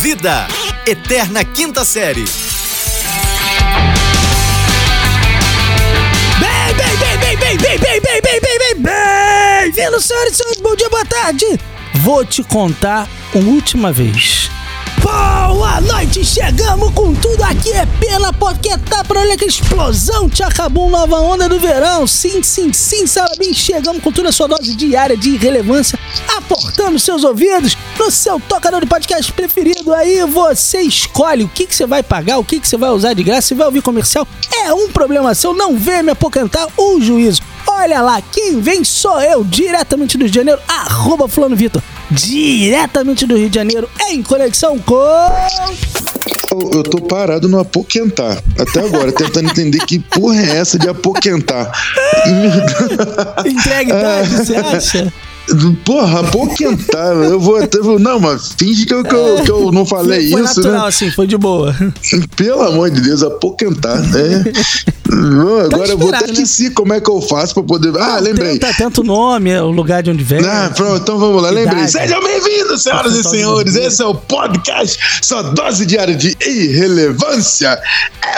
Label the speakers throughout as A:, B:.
A: Vida, Eterna Quinta Série.
B: Bem, bem, bem, bem, bem, bem, bem, bem, bem, bem, bem, bem, vindo, senhoras e senhores, bom dia, boa tarde. Vou te contar uma última vez. Boa noite, chegamos com tudo aqui, é pela Poquetá pra olha que explosão, te acabou uma nova onda do verão, sim, sim, sim, sabe bem, chegamos com toda a sua dose diária de irrelevância, aportando seus ouvidos no seu tocador de podcast preferido, aí você escolhe o que, que você vai pagar, o que, que você vai usar de graça, se vai ouvir comercial, é um problema seu, não venha me apocantar o juízo. Olha lá, quem vem sou eu, diretamente do Rio de Janeiro, arroba Fulano Vitor, diretamente do Rio de Janeiro, em conexão com...
C: Eu, eu tô parado no apoquentar. Até agora, tentando entender que porra é essa de apoquentar.
B: Entregue tarde, você acha?
C: Porra, apoquentar. Eu vou até. vou- Não, mas finge que eu, que eu, que eu não falei
B: foi
C: isso,
B: natural,
C: né?
B: assim, foi de boa.
C: Pelo amor de Deus, apoquentar, né? Não, agora eu vou até
B: esperado, né?
C: esquecer como é que eu faço pra poder. Ah, lembrei.
B: Tenta, tenta o nome, é o lugar de onde vem.
C: Ah, pronto, então vamos lá,
B: Idade.
C: lembrei. Sejam bem-vindos, senhoras e senhores. Esse é o podcast Sua Dose Diária de Irrelevância.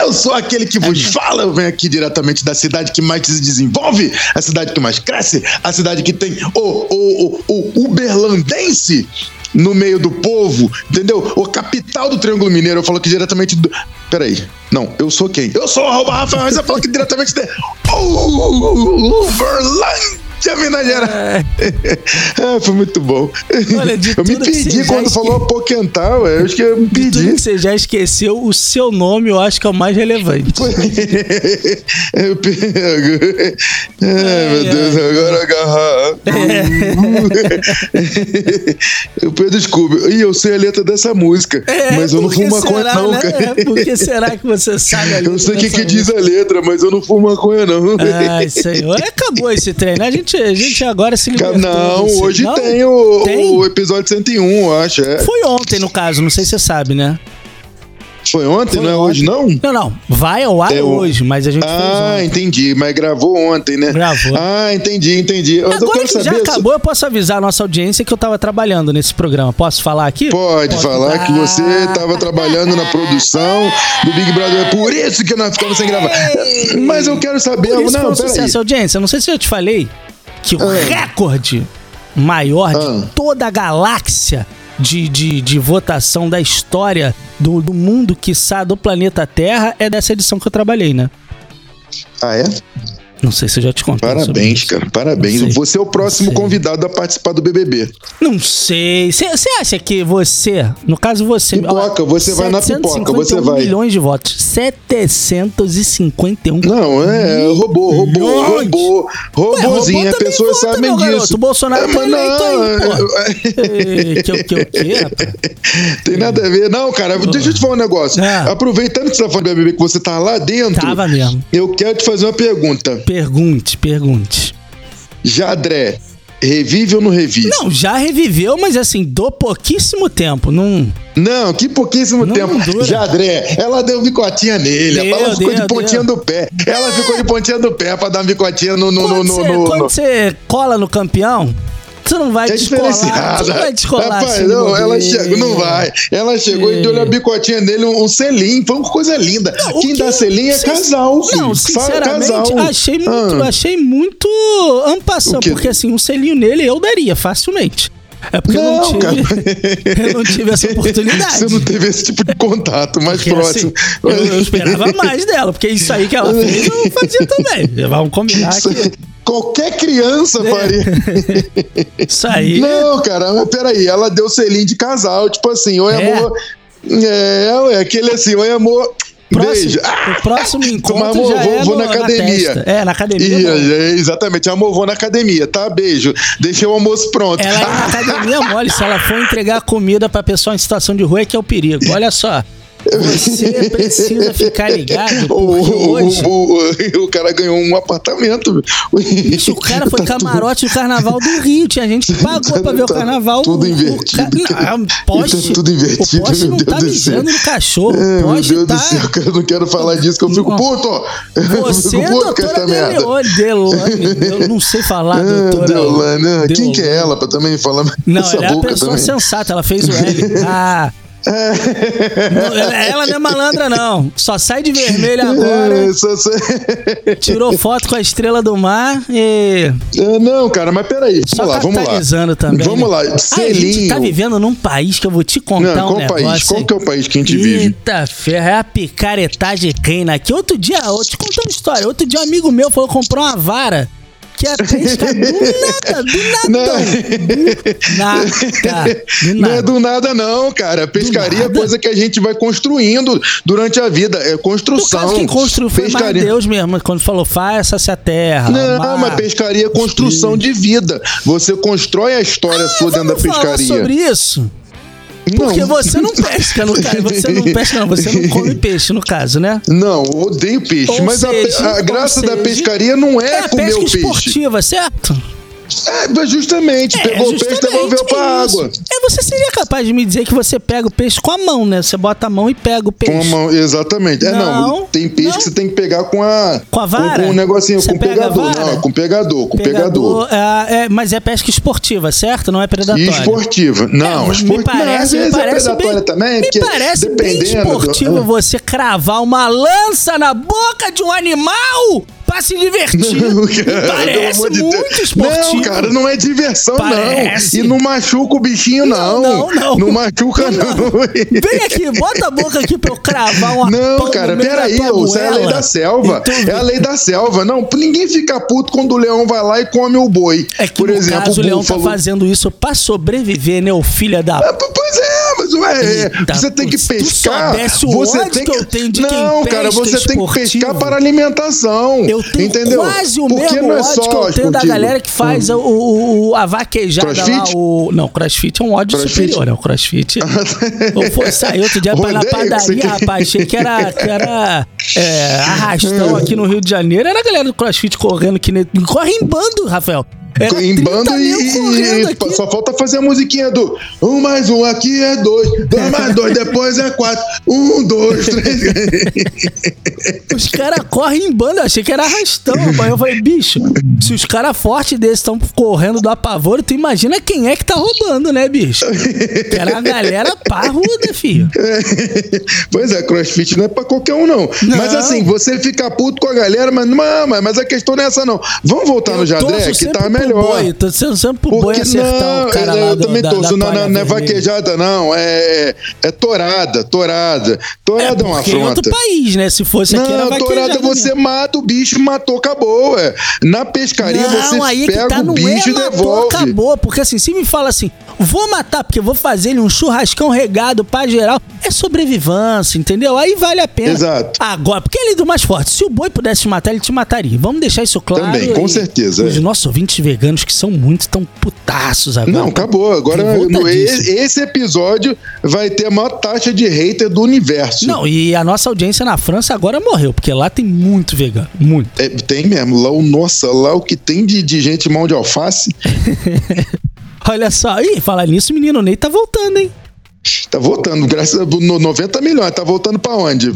C: Eu sou aquele que
B: É.
C: vos fala. Eu venho aqui diretamente da cidade que mais se desenvolve, a cidade que mais cresce, a cidade que tem o, o, o, o Uberlandense no meio do povo, entendeu? O capital do Triângulo Mineiro. Eu falo aqui diretamente do. Peraí. Não, eu sou quem? Eu sou o arroba Rafael, mas eu falo aqui diretamente de. Uberlândia, Minas Gerais.
B: É.
C: Ah, foi muito bom.
B: Olha, de
C: eu me
B: tudo que
C: perdi
B: você
C: quando
B: já
C: falou apoquentar, ué. Eu acho que eu me
B: Tudo
C: perdi.
B: que você já esqueceu, o seu nome eu acho que é o mais relevante.
C: Eu pego. Ai,
B: Ai,
C: meu Deus, agora agarrar. Eu perdi desculpa. Ih, eu sei a letra dessa música, mas eu não
B: É, por
C: fumo
B: que
C: maconha,
B: será,
C: não,
B: né?
C: cara.
B: É, Por que será que você sabe a
C: Eu sei o que,
B: letra
C: que
B: dessa
C: diz a letra, mas eu não fumo maconha, não.
B: música? Ai, senhor, é, acabou esse treino. A gente, a gente agora se
C: Cara,
B: libertou.
C: Não,
B: disso.
C: hoje
B: Não?
C: tem, o,
B: Tem?
C: o episódio 101, eu acho. é.
B: Foi ontem, no caso, não sei se você sabe, né?
C: Foi ontem,
B: Foi
C: não é hoje, não?
B: Não, não, vai ao ar
C: É, o-
B: hoje, mas a gente fez
C: Ah,
B: ontem.
C: entendi. Mas gravou ontem, né?
B: Gravou.
C: Ah, entendi, entendi. Mas eu
B: Agora
C: quero
B: que já
C: saber. se-
B: acabou, eu posso avisar a nossa audiência que eu tava trabalhando nesse programa. Posso falar aqui?
C: Pode
B: Posso
C: falar
B: dar.
C: que você estava trabalhando na produção do Big Brother. É por isso que nós ficamos sem gravar. Mas eu quero saber.
B: Por isso foi
C: não,
B: um
C: peraí.
B: sucesso, audiência. Não sei se eu te falei que o recorde maior de
C: Ah.
B: toda a galáxia de, de, de votação da história do, do mundo, quiçá, do planeta Terra, é dessa edição que eu trabalhei, né?
C: Ah, é?
B: Não sei se eu já te contei. sobre
C: Parabéns,
B: isso.
C: cara.
B: Não sei.
C: Parabéns. Você é o próximo
B: Não sei.
C: convidado a participar do BBB.
B: Não sei. Você acha que você, no caso você...
C: Pipoca, você vai na pipoca, você
B: 751
C: vai.
B: milhões de votos. 751
C: Não, é robô, robô,
B: Milhões.
C: robô,
B: Ué,
C: robôzinho.
B: robô
C: As
B: também
C: pessoas
B: vota,
C: sabem
B: meu garoto.
C: disso.
B: O Bolsonaro
C: É,
B: tá
C: mas
B: eleito aí,
C: não,
B: pô.
C: é-
B: Ei, que o que, o que, rapaz?
C: Tem nada a ver. Não, cara, deixa eu te falar um negócio.
B: Ah.
C: Aproveitando que você tá falando do BBB, que você tá lá dentro.
B: Tava mesmo.
C: Eu quero te fazer uma pergunta.
B: Pergunte, pergunte.
C: Jadré, revive ou não revive?
B: Não, já reviveu, mas assim, do pouquíssimo tempo. Não.
C: Não, que pouquíssimo
B: Não
C: tempo.
B: dura.
C: Jadré, ela deu bicotinha nele.
B: Deu,
C: ela ficou
B: deu,
C: de pontinha do pé. Ela ficou de pontinha do pé pra dar uma bicotinha no. no, no,
B: Quando
C: no,
B: você-
C: no-
B: quando
C: no-
B: você cola no campeão, você não vai
C: É
B: descolar.
C: diferenciada.
B: Você não vai descolar.
C: Rapaz,
B: assim,
C: não,
B: meu
C: ela
B: Deus.
C: chegou, não vai. Ela chegou e deu a bicotinha nele, um, um selinho. Foi uma coisa linda.
B: Não, o
C: Quem
B: que
C: dá
B: eu-
C: selinho é
B: sin-
C: casal. filho.
B: Não,
C: Só
B: sinceramente,
C: casal.
B: achei muito,
C: Ah.
B: achei muito ampassão,
C: O quê?
B: porque assim, um selinho nele eu daria facilmente. É porque eu não
C: Não,
B: tive, eu não tive essa oportunidade.
C: Você não teve esse tipo de contato mais
B: Porque,
C: próximo.
B: assim, eu, eu esperava mais dela, porque isso aí que ela fez eu fazia também. Vamos combinar
C: Isso-
B: que
C: Qualquer criança faria.
B: isso aí.
C: Não, cara, mas peraí, ela deu selinho de casal, tipo assim, oi
B: É.
C: amor. É, é aquele assim, oi amor. Beijo.
B: Próximo,
C: Ah!
B: o próximo encontro
C: amor,
B: já
C: vou-
B: é
C: vou
B: no-
C: na academia.
B: testa. É, na academia.
C: Ih,
B: mole.
C: é, exatamente, amor, vou na academia, tá? Beijo. Deixei o almoço pronto.
B: Ela é na academia mole. Se ela for entregar comida pra pessoa em situação de rua, é que é o perigo. Olha só. Você precisa ficar ligado.
C: o,
B: tá porque
C: o-
B: hoje,
C: o- o- o cara ganhou um apartamento.
B: Bicho, o cara foi
C: Tá tudo-
B: camarote do carnaval do Rio. Tinha gente que pagou pra ver o
C: Tá
B: carnaval.
C: tudo
B: O- o
C: invertido,
B: ca-
C: cara.
B: Não, é um poste,
C: Tá tudo invertido,
B: o poste
C: meu
B: não
C: Deus
B: tá
C: do céu.
B: mijando no cachorro.
C: É,
B: O
C: meu
B: poste
C: Deus
B: tá...
C: do céu, cara, eu não quero falar disso, que eu fico
B: Não.
C: puto. Eu
B: Você é
C: fico
B: a
C: puto com
B: doutora
C: essa merda.
B: Deleone, Delone, eu não sei falar,
C: Ah,
B: doutora.
C: Deolane, ah,
B: Delone.
C: quem que é ela pra também É. falar
B: Não,
C: essa
B: ela é uma
C: boca
B: pessoa
C: também?
B: sensata, ela fez o L. Ah, Não, ela, ela não é malandra, não. Só sai de vermelho agora.
C: É, só- só-
B: Tirou foto com a estrela do mar e.
C: É, Não, cara, mas peraí.
B: Só
C: Vamos lá, vamos
B: capitalizando
C: lá.
B: também.
C: Vamos lá,
B: A gente
C: selinho.
B: tá vivendo num país que eu vou te contar
C: Não,
B: um
C: qual
B: negócio.
C: país? Qual
B: hein?
C: que é o país que a gente vive?
B: Eita ferro, é a picaretagem reina aqui. Outro dia, eu te contar uma história. Outro dia, um amigo meu falou comprou uma vara que a pesca do nada, do nada. Do nada, então, do
C: Não é
B: nada.
C: do nada, não, cara. Pescaria é
B: nada?
C: coisa que a gente vai construindo durante a vida. É
B: No
C: construção.
B: caso, quem construiu foi mais
C: pescaria.
B: Deus mesmo, quando falou, faça-se a terra. o
C: Não,
B: mar."
C: mas pescaria é construção de vida. Você constrói a
B: Ah,
C: história sua dentro da
B: Vamos falar
C: pescaria.
B: sobre isso?
C: Não.
B: Porque você não pesca, no caso. Você não pesca, não. Você não come peixe, no caso, né?
C: Não, eu odeio peixe,
B: Ou
C: mas a pe-
B: seja,
C: a,
B: ou
C: graça da
B: seja,
C: pescaria não é,
B: a
C: comer
B: pesca
C: o peixe.
B: esportiva, certo? É,
C: É, mas justamente, pegou o peixe e
B: justamente
C: devolveu pra
B: isso.
C: água.
B: É, você seria capaz de me dizer que você pega o peixe com a mão, né? Você bota a mão e pega o peixe.
C: Com a mão, exatamente. É, não,
B: Não,
C: tem peixe
B: não.
C: que você tem que pegar com a.
B: Com a vara?
C: Com, um negocinho,
B: Você
C: com
B: pega a
C: pegador.
B: vara?
C: Não, com pegador, com pegador.
B: é, é, mas é pesca esportiva, certo? Não é
C: E
B: predatória.
C: esportiva. Não,
B: É, me
C: esportiva.
B: parece-
C: às
B: me
C: vezes é
B: parece
C: predatória
B: bem-
C: também,
B: Me
C: porque
B: parece bem
C: dependendo.
B: esportivo
C: do... Ah.
B: você cravar uma lança na boca de um animal pra se divertir.
C: Não,
B: Me
C: cara, pelo
B: parece
C: amor de Deus.
B: muito esportivo.
C: Não, cara, não é diversão,
B: Parece.
C: não. E não machuca o bichinho, não.
B: Não, não, não.
C: machuca, não.
B: Vem aqui, bota a boca aqui pra eu cravar uma
C: Não, cara, peraí, ô, isso é a lei da selva.
B: Então
C: É a lei da selva. Não, ninguém fica puto quando o leão vai lá e come o boi.
B: É que, no caso, o Leão tá
C: búfalo-
B: fazendo isso pra sobreviver, né, ô filha da...
C: Ah, p- Pois é, mas ué, é,
B: Eita,
C: você tem que
B: putz, tu
C: pescar.
B: soubesse o
C: você
B: ódio
C: tem
B: que eu tenho de quem
C: Não,
B: pesca
C: cara, você tem que pescar
B: esportivo.
C: para alimentação.
B: Eu tenho
C: entendeu?
B: quase o
C: Porque
B: mesmo
C: não é
B: ódio
C: só
B: que eu tenho da
C: esportivo.
B: galera que faz o, o- o- a vaquejada lá.
C: Crossfit?
B: O... Não, crossfit é um ódio
C: Crossfit?
B: superior, né? O crossfit... Eu fui sair outro dia pra, na
C: Rodeio, você
B: padaria,
C: quer-
B: rapaz, achei que era, que era é, arrastão aqui no Rio de Janeiro. Era a galera do crossfit correndo que nem... Corre em bando, Rafael. Era
C: em
B: 30
C: bando e,
B: nego correndo
C: e-
B: aqui.
C: só falta fazer a musiquinha do um mais um aqui é dois, dois mais dois, depois é quatro, um, dois, três.
B: Os caras correm em bando, eu achei que era arrastão, rapaz. Eu falei, bicho, se os caras fortes desses estão correndo do apavoro, tu imagina quem é que tá roubando, né, bicho? Que era a galera parruda, filho.
C: pois é, crossfit não é pra qualquer um, não.
B: Não.
C: Mas assim, você fica puto com a galera, mas, mas, mas a questão não é essa, não. Vamos voltar no Jadré,
B: Torço
C: que
B: sempre
C: tá
B: pro
C: melhor.
B: Boi, tô sendo sempre pro boi
C: Porque
B: acertar
C: não,
B: o cara
C: eu,
B: lá
C: eu
B: do,
C: também
B: da, da
C: torço. Não,
B: toalha
C: não, não é
B: vermelha.
C: vaquejada, não. É, é torada, torada. Torada é, uma
B: Porque é
C: afronta.
B: outro país, né? Se fosse aqui, era
C: Não,
B: vaquejada né?
C: dourada você é
B: mesmo.
C: mata o bicho, matou, acabou. É. Na pescaria você
B: Não, aí é
C: pega
B: que tá,
C: o
B: não
C: bicho
B: é,
C: e
B: matou,
C: devolve.
B: acabou. Porque assim, se me fala assim, vou matar porque vou fazer ele um churrascão regado pra geral, é sobrevivência, entendeu? Aí vale a pena.
C: Exato.
B: Agora, porque ele é do mais forte. Se o boi pudesse te matar, ele te mataria. Vamos deixar isso claro.
C: Também, com
B: e
C: certeza,
B: Os
C: é.
B: nossos ouvintes veganos, que são muito, tão putaços agora.
C: Não, acabou. Agora,
B: Revolta
C: no-
B: disso.
C: esse, esse episódio vai ter a maior taxa de hater do universo.
B: Não, e a nossa audiência na França agora morreu, porque lá tem muito vegano. Muito.
C: É, tem mesmo. Lá, o, nossa, lá o que tem de, de gente mão de alface.
B: Olha só. Ih, falar nisso, menino, o Ney tá voltando, hein?
C: Tá voltando, graças a no- 90 milhões. Tá voltando pra onde?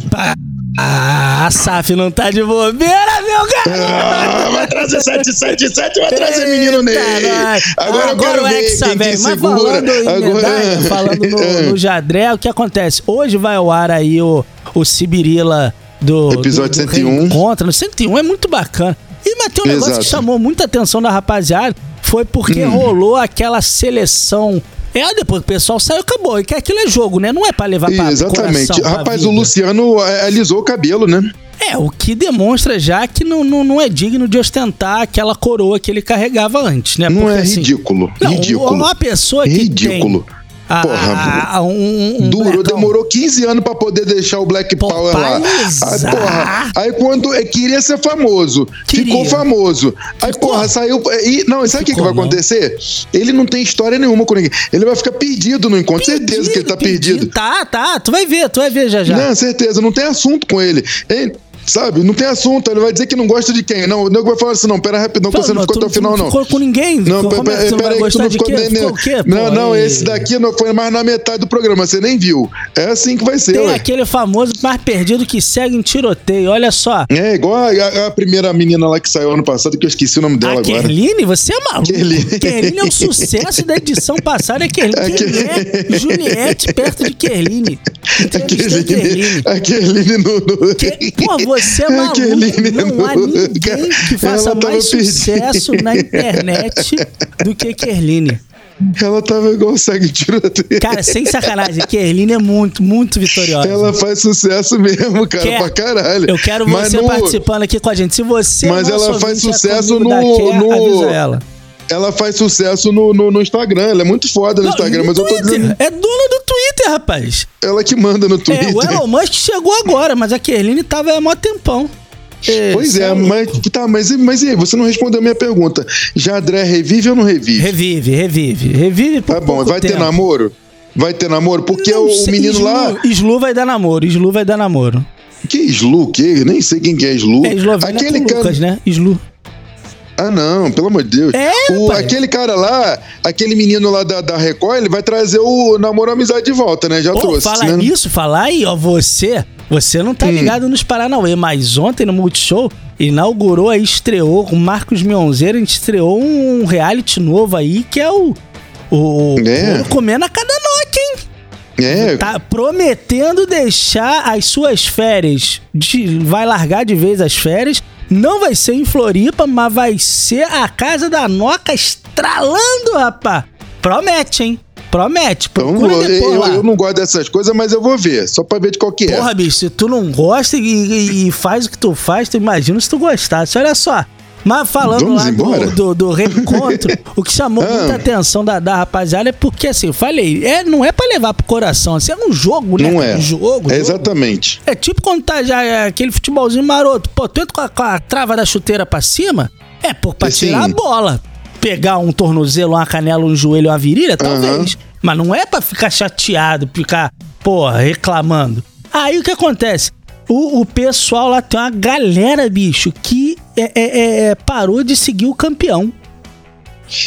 B: Ah, a SAF não tá de bobeira, meu garoto!
C: Ah, vai trazer 777, vai trazer menino Ney.
B: Eita, nós.
C: Agora, eu quero
B: o
C: ver
B: Hexa,
C: quem que
B: velho. Mas
C: segura.
B: falando em
C: Agora- É,
B: medalha, falando no, no Jadré, o que acontece? Hoje vai ao ar aí o, o Sibirila do...
C: Episódio
B: do, do
C: 101.
B: Reencontro. No 101 é muito bacana. E, mas tem um negócio
C: Exato. Hum.
B: que chamou muita atenção da rapaziada, foi porque rolou aquela seleção... É, ah, depois que o pessoal saiu, acabou. E que aquilo é jogo, né? Não é pra levar pra
C: Exatamente.
B: coração, pra
C: Rapaz, o
B: vida.
C: Luciano é, alisou o cabelo, né?
B: É, o que demonstra já que não, não, não é digno de ostentar aquela coroa que ele carregava antes, né?
C: Não
B: Porque,
C: é
B: assim,
C: ridículo.
B: não,
C: ridículo.
B: Uma pessoa que
C: Ridículo.
B: tem a-
C: Porra,
B: a- um, um
C: Durou,
B: molecão-
C: demorou 15 anos pra poder deixar o Black
B: Pô,
C: Power lá. Aí,
B: paizar.
C: porra, aí quando é, queria ser famoso,
B: Queria.
C: ficou famoso. Aí,
B: Ficou.
C: porra, saiu. é, E, não, e sabe o que, que
B: Ficou, né?
C: vai
B: não.
C: acontecer? Ele não tem história nenhuma com ninguém. Ele vai ficar perdido no encontro. Certeza que ele tá perdido.
B: Tá, tá, tu vai ver, tu vai ver já já.
C: Não, certeza, não tem assunto com ele. Ele, Sabe? Não tem assunto. Ele vai dizer que não gosta de quem. Não, o nego vai falar assim: não, pera rapidão, que
B: Pô,
C: você não
B: mas
C: ficou
B: tu
C: até o final,
B: Não
C: não.
B: ficou com ninguém.
C: Não,
B: Como é que
C: peraí,
B: tu não vai
C: peraí, tu
B: gostar
C: não
B: de
C: ficou
B: quê?
C: nem.
B: Ficou o quê, pô?
C: Não, não,
B: Aí-
C: esse é daqui não foi mais na metade do programa, você nem viu. É assim que vai ser,
B: Tem
C: ué.
B: aquele famoso mais perdido que segue em tiroteio. Olha só.
C: É, igual a, a- a primeira menina lá que saiu ano passado, que eu esqueci o nome dela
B: A
C: agora.
B: Kerline, você é maluco.
C: Kerline.
B: Kerline é um sucesso da edição passada. É Kerline. Quem é Juliette perto de Kerline?
C: É
B: Entrevistei Kerline.
C: A Kerline no. no...
B: Que- Pô, você é
C: A
B: maluco.
C: Kerline
B: Não há
C: no-
B: ninguém que faça
C: Ela tava
B: mais
C: perdida.
B: sucesso na internet do que Kerline.
C: Ela tava igual segue tiroteio.
B: Cara, sem sacanagem, Kerline é muito, muito vitoriosa.
C: Ela faz sucesso mesmo, cara,
B: Quer-
C: pra caralho.
B: Eu quero
C: Mas
B: você
C: no-
B: participando aqui com a gente. Se você é
C: Mas
B: nosso
C: ela faz
B: ouvinte, é
C: sucesso
B: comigo da
C: no-
B: Quer,
C: no-
B: avisa ela.
C: Ela faz sucesso no, no, no Instagram. Ela é muito foda no
B: Não,
C: Instagram, mas eu tô
B: Twitter.
C: dizendo.
B: É dona do Twitter, rapaz.
C: Ela que manda no Twitter.
B: É, o Elon Musk chegou agora, mas a Kerline tava há mó tempão.
C: Pois é, mas, tá, mas, e- mas e aí? Você não respondeu a minha pergunta. Jadré revive ou não revive?
B: Revive, revive, revive por
C: Tá bom,
B: pouco
C: vai ter
B: tempo.
C: namoro? Vai ter namoro? Porque
B: Não
C: o, o
B: sei,
C: menino
B: Slu-
C: lá.
B: Slu vai dar namoro, Slu vai dar namoro.
C: Que Slu, que? Nem sei quem que é Slu.
B: É, Eslovênia
C: aquele
B: com
C: cara.
B: Lucas, né? Slu.
C: Ah, não, pelo amor de Deus.
B: É,
C: o,
B: rapaz.
C: aquele cara lá, aquele menino lá da, da Record, ele vai trazer o namoro amizade de volta, né? Já
B: Pô,
C: trouxe.
B: falar
C: né? Hum.
B: nisso, falar aí, ó, você, você não tá ligado nos Paranauê, mas ontem no Multishow inaugurou aí, estreou com o Marcos Mionzeiro, a gente estreou um reality novo aí, que é o... O,
C: É.
B: o Comendo a Cada Noite, hein?
C: É,
B: Tá prometendo deixar as suas férias. de- vai largar de vez as férias. Não vai ser em Floripa, mas vai ser a casa da Noca estralando, rapá. Promete, hein? Promete.
C: Então,
B: Procura
C: eu,
B: depois
C: eu-
B: lá.
C: eu não gosto dessas coisas, mas eu vou ver, só pra ver de qual que é.
B: Porra, bicho, se tu não gosta e, e- e faz o que tu faz, tu imagina se tu gostasse. Olha só. Mas falando
C: Vamos
B: lá
C: embora?
B: do, do, do reencontro, o que chamou
C: Ah.
B: muita atenção da, da rapaziada é porque, assim, eu falei, é, não é pra levar pro coração, assim, é um jogo, né?
C: não
B: cara?
C: é.
B: Um jogo. jogo.
C: É exatamente.
B: É tipo quando tá já é, aquele futebolzinho maroto. Pô, tu entra com a, com a trava da chuteira pra cima, é pô, pra
C: Sim.
B: tirar a bola. Pegar um tornozelo, uma canela, um joelho, uma virilha, talvez. Mas não é pra ficar chateado, ficar, pô, reclamando. Aí o que acontece? O, o pessoal lá tem uma galera, bicho, que é- é- é- é, parou de seguir o campeão.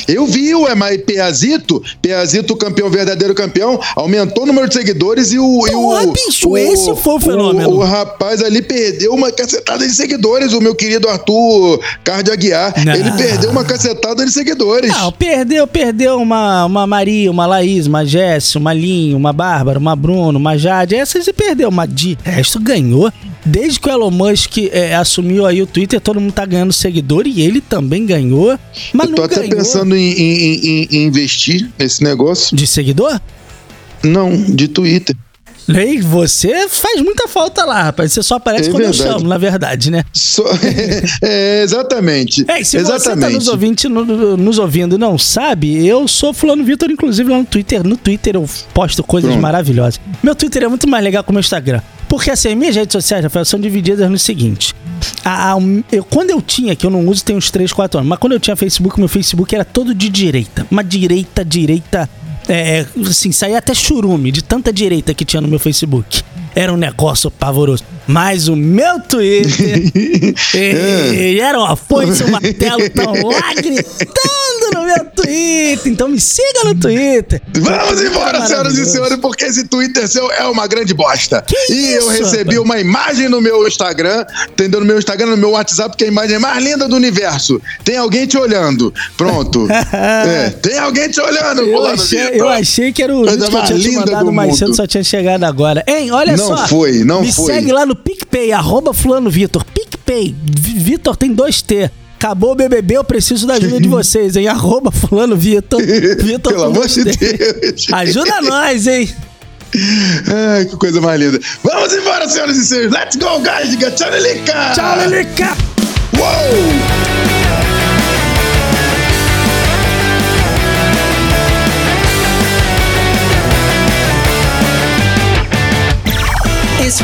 C: Eu vi, ué, mas Peazito, Peazito, campeão, verdadeiro campeão, aumentou o número de seguidores e o. e o-
B: Porra, bicho,
C: o-
B: esse foi o fenômeno.
C: O, o rapaz ali perdeu uma cacetada de seguidores, o meu querido Arthur Cardio Aguiar.
B: Não.
C: Ele perdeu uma cacetada de seguidores.
B: Não, perdeu, perdeu uma, uma Maria, uma Laís, uma Jéssica, uma Linho, uma Bárbara, uma Bruno, uma Jade. Essa você perdeu, mas de resto ganhou. Desde que o Elon Musk eh, assumiu aí o Twitter, todo mundo tá ganhando seguidor e ele também ganhou. Mas
C: Eu
B: não
C: tô até
B: ganhou
C: pensando em, em- em- em investir nesse negócio.
B: de seguidor?
C: Não, de Twitter.
B: Ei, você faz muita falta lá, rapaz. Você só aparece
C: É
B: quando eu
C: verdade.
B: chamo, na verdade, né?
C: Só- é, exatamente.
B: É, e se você tá
C: exatamente.
B: nos ouvindo, no- nos ouvindo e não sabe, eu sou fulano Vitor, inclusive lá no Twitter. No Twitter eu posto coisas
C: Pronto.
B: maravilhosas. Meu Twitter é muito mais legal que o meu Instagram. Porque assim, minhas redes sociais, Rafael, são divididas no seguinte. A- a- eu- quando eu tinha, que eu não uso tem uns 3, 4 anos, mas quando eu tinha Facebook, meu Facebook era todo de direita. Uma direita, direita. É, assim, saía até churume de tanta direita que tinha no meu Facebook. Era um negócio pavoroso. Mas o meu Twitter
C: Ah.
B: e era uma fonte, seu martelo tão lá gritando no meu Twitter. Então me siga no Twitter.
C: Vamos embora,
B: é Maravilhoso.
C: senhoras e senhores, porque esse Twitter seu é uma grande bosta.
B: Que
C: e eu
B: isso,
C: recebi
B: rapaz?
C: uma imagem no meu Instagram, entendeu? No meu Instagram, no meu WhatsApp, que é a imagem mais linda do universo. Tem alguém te olhando. Pronto. É, tem alguém te olhando,
B: Eu
C: fulano
B: achei,
C: Vitor.
B: eu achei que era o
C: Coisa
B: vídeo que eu tinha
C: mais
B: te
C: tá. linda
B: mandado
C: do
B: mais
C: mundo.
B: cedo, só tinha chegado agora. Hein, olha
C: Não
B: só.
C: foi, não
B: me
C: foi.
B: segue lá no PicPay, arroba fulano Vitor. PicPay, Vi- Vitor tem dois T. Acabou o BBB, eu preciso da ajuda de vocês, hein? Arroba fulano Vitor. Vitor
C: Pelo
B: com
C: amor
B: dois
C: de
B: T.
C: Deus.
B: Ajuda nós, hein?
C: Ai, que coisa mais linda. Vamos embora, senhoras e senhores. Let's go, guys. Diga Tchau, Lilica.
B: Tchau, Lelica!
C: Uou.
D: Esse